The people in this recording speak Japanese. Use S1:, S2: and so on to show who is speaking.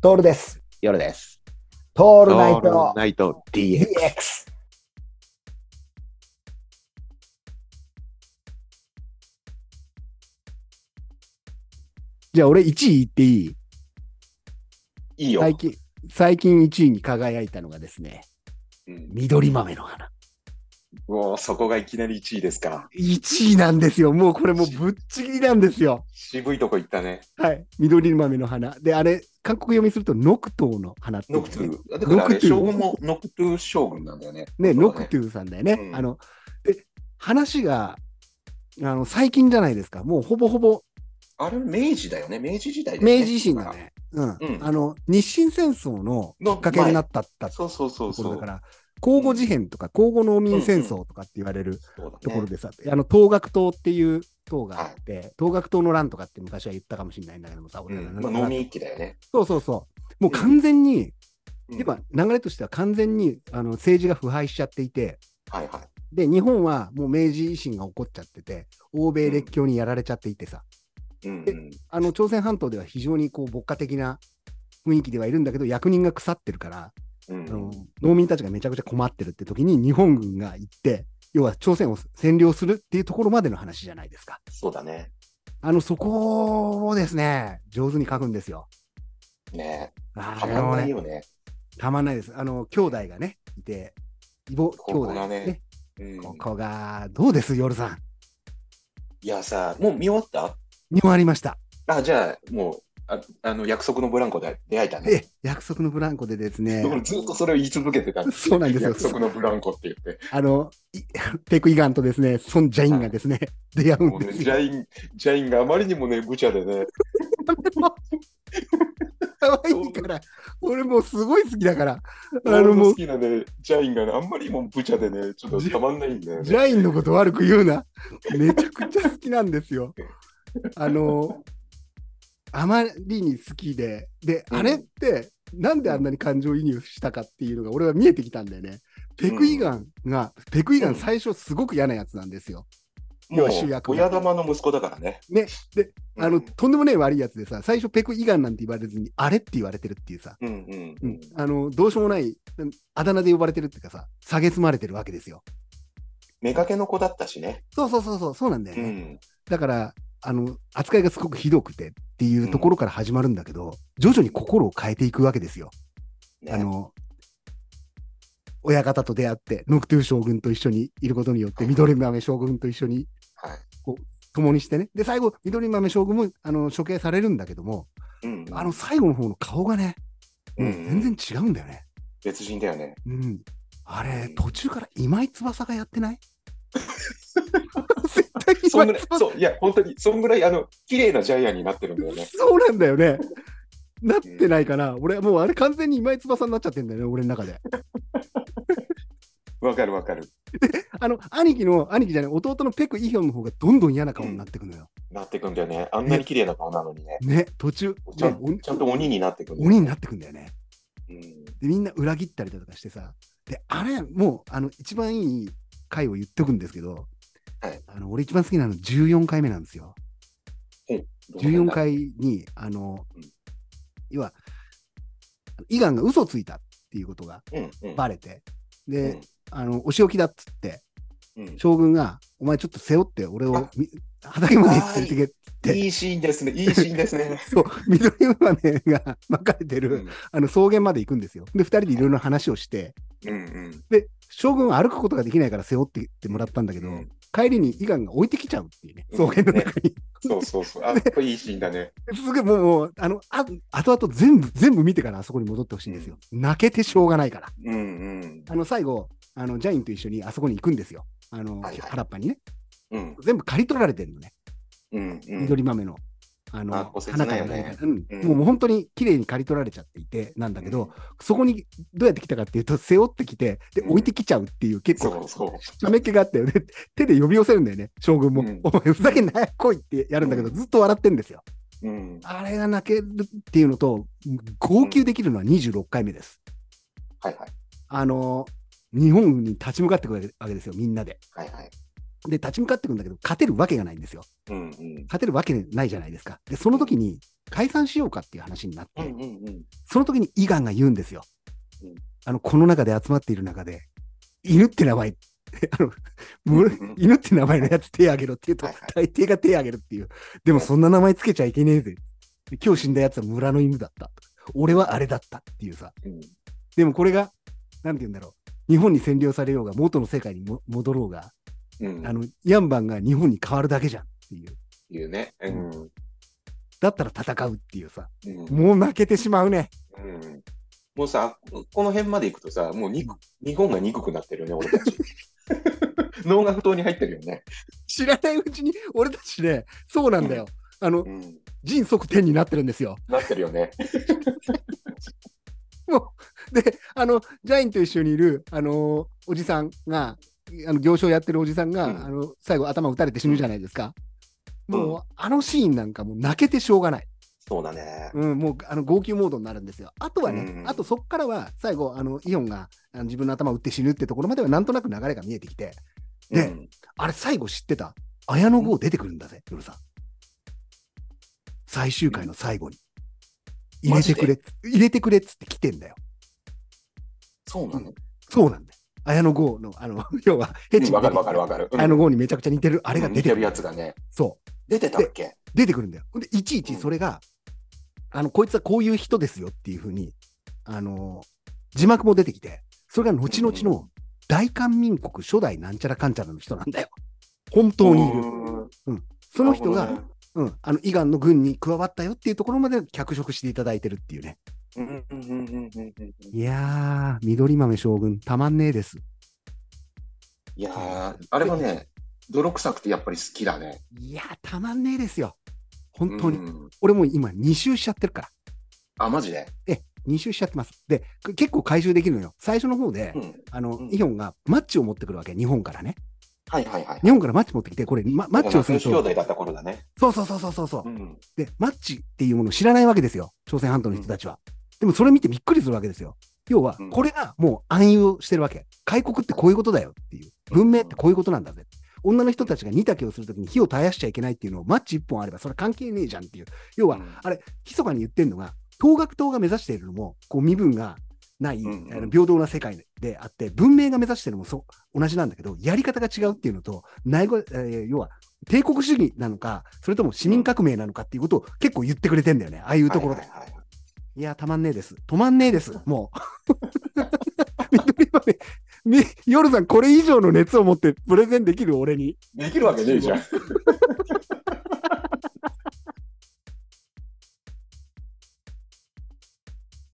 S1: トールです。
S2: 夜です。
S1: ト
S2: オ
S1: ールナイト
S2: ナイト DX。
S1: DX。
S3: じゃあ俺1位言っていい
S2: いいよ。
S3: 最近、最近1位に輝いたのがですね、
S2: うん
S3: 緑豆の花。
S2: もうそこがいきなり1位ですか。
S3: 1位なんですよ。もうこれもうぶっちぎりなんですよ。
S2: 渋いとこ行ったね。
S3: はい。緑豆の花。で、あれ、韓国読みするとノクトーの花って、ね。
S2: ノクトゥー。だから
S3: ノ
S2: あれ
S3: クトゥー
S2: 将軍もノクトゥー将軍なんだよね。
S3: ね、
S2: そうだ
S3: ノクトゥーさんだよね。
S2: うん
S3: あの、で、話が、あの、最近じゃないですか。もうほぼほぼ
S2: あれ明治だよね。明治時代だよね。
S3: 明治維新だね。うん。
S2: うん
S3: あの、日清戦争の
S2: の。
S3: きっかけになったった
S2: 前そうそうそう
S3: とこ
S2: そ
S3: ろ
S2: う。
S3: だから、交互事変とか、交互農民戦争とかって言われる
S2: そうだね
S3: ところでさ、あの東学党っていう党があって、東学党の乱とかって昔は言ったかもしれないんだけどもさ、
S2: う
S3: 俺ら
S2: ん
S3: の
S2: まあ、農民一揆だよね。
S3: そうそうそう、もう完全に、
S2: うん
S3: やっぱ流れとしては完全にあの政治が腐敗しちゃっていて、
S2: はいはい。
S3: で、日本はもう明治維新が起こっちゃってて、欧米列強にやられちゃっていてさ、
S2: うんうん
S3: あの朝鮮半島では非常にこう牧歌的な雰囲気ではいるんだけど、役人が腐ってるから、
S2: うん
S3: あの農民たちがめちゃくちゃ困ってるって時に、日本軍が行って、要は朝鮮を占領するっていうところまでの話じゃないですか。
S2: そうだね。
S3: あの、そこをですね、上手に書くんですよ。
S2: ね
S3: あ
S2: たまん
S3: の
S2: ない
S3: ね、
S2: よね。
S3: たまんないです。あの、兄弟がね、いて、異母兄
S2: こ
S3: 弟
S2: こがね
S3: ですね。
S2: うん
S3: ここが、どうです、夜さん。
S2: いやさ、もう見終わった
S3: 見終わりました。
S2: あ、じゃあ、もう、ああの、約束のブランコで出会えたね。
S3: え、約束のブランコでです
S2: 僕も
S3: ね、
S2: ずっとそれを言い続けてたんです
S3: そうなんですよ
S2: 約。束のブランコって言って。
S3: あの、い ペクイガンとですね、ソン・ジャインがですね、出会う
S2: も
S3: ん
S2: うね、
S3: です
S2: ジ
S3: よ。
S2: ャイン、ジャインがあまりにもね、無茶でね、
S3: 可愛いから、俺もうすごい好きだから、あ
S2: 俺
S3: の
S2: の
S3: も
S2: 好
S3: う、
S2: きなね、ジャインがね、あんまりにも無茶でね、ちょっとたまんないんだよ
S3: ジ
S2: ね。
S3: ャインのこと悪く言うな。めちゃくちゃ好きなんですよ。あの、あまりに好きで、で、
S2: うん
S3: あれって、なんであんなに感情移入したかっていうのが、俺は見えてきたんだよね。ペクイガンが、ペクイガン最初すごく嫌なやつなんですよ。
S2: もう
S3: 要は主、役
S2: 親玉の息子だからね。
S3: ね、で、
S2: うん
S3: あの、とんでもねえ悪いやつでさ、最初ペクイガンなんて言われずに、あれって言われてるっていうさ、
S2: うんうん
S3: う
S2: うんん。、
S3: あの、どうしようもない、あだ名で呼ばれてるっていうかさ、蔑まれてるわけですよ。
S2: 目かけの子だったしね。
S3: そうそうそうそう、そうなんだよ
S2: う
S3: ね。
S2: ん。
S3: だからあの扱いがすごくひどくてっていうところから始まるんだけど、徐々に心を変えていくわけですよ。
S2: ね
S3: あの親方と出会ってノクトゥー将軍と一緒にいることによって緑豆将軍と一緒に
S2: はい。
S3: 共にしてねで最後緑豆将軍もあの処刑されるんだけども
S2: うんうん
S3: あの最後の方の顔がねもう全然違うんだよね。
S2: 別人だよね。
S3: うん、あれ
S2: うん
S3: 途中から今井翼がやって ない絶対
S2: そ
S3: 今井
S2: んぐらい、
S3: 翼
S2: そう、いや、本当に、そんぐらい、あの、綺麗なジャイアンになってるんだよね。
S3: そうなんだよね。なってないかな、俺、もうあれ完全に今井翼になっちゃってんだよね、俺の中で。
S2: わかるわかる。
S3: あの、兄貴の、兄貴じゃない、弟のペク・イヒョンの方がどんどん嫌な顔になってくのよ。
S2: なってくんだよね。あんなに綺麗な顔なのにね。
S3: ね、途中、
S2: ちゃ
S3: ねお
S2: んちゃんと鬼になってくんだよね
S3: 鬼になってくんだよね。
S2: うん
S3: で、みんな裏切ったりだとかしてさ、で、あれ、もう、あの、一番いい回を言っとくんですけど、
S2: はい
S3: あの俺一番好きなの14回目なんですよ。14。回に、あの、
S2: うん
S3: 要は、イガンが嘘ついたっていうことが
S2: うんうん。
S3: バレて、で、
S2: うん
S3: あの、お仕置きだっつって、
S2: うん
S3: 将軍が、お前ちょっと背負って、俺をみ畑まで連れてけ。て
S2: いいシーンですね。いいシーンですね。
S3: そう、緑豆が巻かれてる、
S2: うん
S3: あの草原まで行くんですよ。で、二人でいろいろ話をして、
S2: うん
S3: で、将軍は歩くことができないから背負ってってもらったんだけ
S2: う
S3: ど、
S2: ん。
S3: 帰りにイガンが置いてきちゃうっていうね、
S2: うん
S3: 草原の中に。
S2: そうそうそう。あ、これいいシーンだね。
S3: すごいもう、もうあの、あ後々全部、全部見てからあそこに戻ってほしいんですよ。泣けてしょうがないから。
S2: うん
S3: あの、最後、あの、ジャインと一緒にあそこに行くんですよ。あの、
S2: はいはい
S3: 原っぱにね。
S2: うん。うん
S3: 全部刈り取られてるのね。
S2: うんうん。
S3: 緑豆の、あの、
S2: あこう切ないよね
S3: 花から何からうん
S2: うん
S3: もう本当に綺麗に刈り取られちゃっていて、なんだけど、そこにどうやって来たかっていうと、背負ってきて、で、
S2: うん
S3: 置いてきちゃうっていう、結
S2: そ
S3: 構、
S2: うそう。
S3: ちゃめっ気があったよね。 手で呼び寄せるんだよね、将軍も。
S2: うん
S3: お前、ふざけんなよ、来いってやるんだけど、
S2: う
S3: ずっと笑ってんですよ。
S2: うん。
S3: あれが泣けるっていうのと、号泣できるのは26回目です。
S2: はいはい。
S3: あの、日本軍に立ち向かってくるわけですよ、みんなで。
S2: はいはい。
S3: で、立ち向かってくんだけど、勝てるわけがないんですよ。
S2: うんうん
S3: 勝てるわけないじゃないですか。で、その時に解散しようかっていう話になっ
S2: うん
S3: て、
S2: うんうん
S3: その時にイガンが言うんですよ
S2: うん。
S3: あの、この中で集まっている中で、犬って名前、 あの、もう
S2: うん
S3: 犬って名前のやつ手挙げろって言うと
S2: はいは、
S3: 大抵が手挙げるっていう。でもそんな名前つけちゃいけねえぜ。で今日死んだやつは村の犬だった。俺はあれだったっていうさ。
S2: うん
S3: でもこれが、なんて言うんだろう。日本に占領されようが、元の世界にも戻ろうが、
S2: うん
S3: あの、ヤンバンが日本に変わるだけじゃんっていう。
S2: いうね。うんうん
S3: だったら戦うっていうさ。
S2: うん
S3: もう負けてしまうね。
S2: もうさ、この辺まで行くとさ、もう肉日本が憎くなってるよね、俺たち。 脳が不当に入ってるよね。
S3: 知らないうちに、俺たちね、そうなんだよ。あの
S2: う、ん、
S3: 人即天になってるんですよ。
S2: なってるよね。
S3: で、あの、ジャインと一緒にいる、あのーおじさんが、あの、行商やってるおじさんが、
S2: うん
S3: あの、最後頭打たれて死ぬじゃないですか。
S2: うん
S3: もう、あのシーンなんかもう泣けてしょうがない。
S2: そうだね。
S3: うん、もう、あの、号泣モードになるんですよ。あとはね、
S2: うん
S3: あとそこからは、最後、あの、イオンが、あの自分の頭打って死ぬってところまでは、なんとなく流れが見えてきて、ね
S2: うん
S3: あれ、最後知ってた綾野剛出てくるんだぜ、夜さん。最終回の最後に。入
S2: マ
S3: れ
S2: ジ
S3: てく
S2: で
S3: れっ、入れてくれっつって来てんだよ。
S2: そうなの。
S3: そうなんだよ。綾野剛の、あの、 要は、ヘ
S2: うん
S3: チ
S2: わかるわかるわかる。うん
S3: 綾野剛にめちゃくちゃ似てる、あれが
S2: うん
S3: 出
S2: 似
S3: て
S2: て
S3: く
S2: る
S3: る。
S2: やつがね、
S3: そう。
S2: 出てたっけ
S3: 出てくるんだよ。ほんで、いちいちそれが、あの、こいつはこういう人ですよっていうふうに、あの、字幕も出てきて、それが後々
S2: うんう
S3: の大韓民国初代なんちゃらかんちゃらの人なんだよ。本当にいる。
S2: うん
S3: その人
S2: なる
S3: が、うん、あの、イガンの軍に加わったよっていうところまで脚色していただいてるっていうね。
S2: ほどねうんうんうんうんうんうん
S3: いやー、緑豆将軍、たまんねえです。
S2: いやー、あれはね、泥臭くてやっぱり好きだね。
S3: いやー、たまんねえですよ。本当に。
S2: うん
S3: 俺もう今、2周しちゃってるから。
S2: あ、マジで。
S3: え、2周しちゃってます。で、く結構回収できるのよ。最初の方で、
S2: うん
S3: あの、
S2: うん
S3: イオンがマッチを持ってくるわけ、日本からね。
S2: はいはいはい。
S3: 日本からマッチ持ってきて、これ、まマッチをする
S2: 仲良し
S3: と、
S2: 兄弟だった頃だね。
S3: そうそうそうそうそうそう、
S2: ん。
S3: で、マッチっていうものを知らないわけですよ。朝鮮半島の人たちは。でもそれ見てびっくりするわけですよ。要は
S2: うん、
S3: これがもう暗誘をしてるわけ。開国ってこういうことだよっていう。文明ってこういうことなんだぜ。女の人たちが煮炊きをするときに火を絶やしちゃいけないっていうのをマッチ一本あればそれ関係ねえじゃんっていう。要は、あれ、密かに言ってるのが、東学党が目指しているのも、こう身分がない、
S2: うんうん
S3: あの平等な世界であって、文明が目指しているのもそう同じなんだけど、やり方が違うっていうのと、内外、えー要は、帝国主義なのか、それとも市民革命なのかっていうことを結構言ってくれてんだよね、ああい
S2: いう
S3: ところで。いや、たまんねえです。止まんねえです、もう。 緑豆み夜さん、これ以上の熱を持ってプレゼンできる俺に。
S2: できるわけねえじゃん。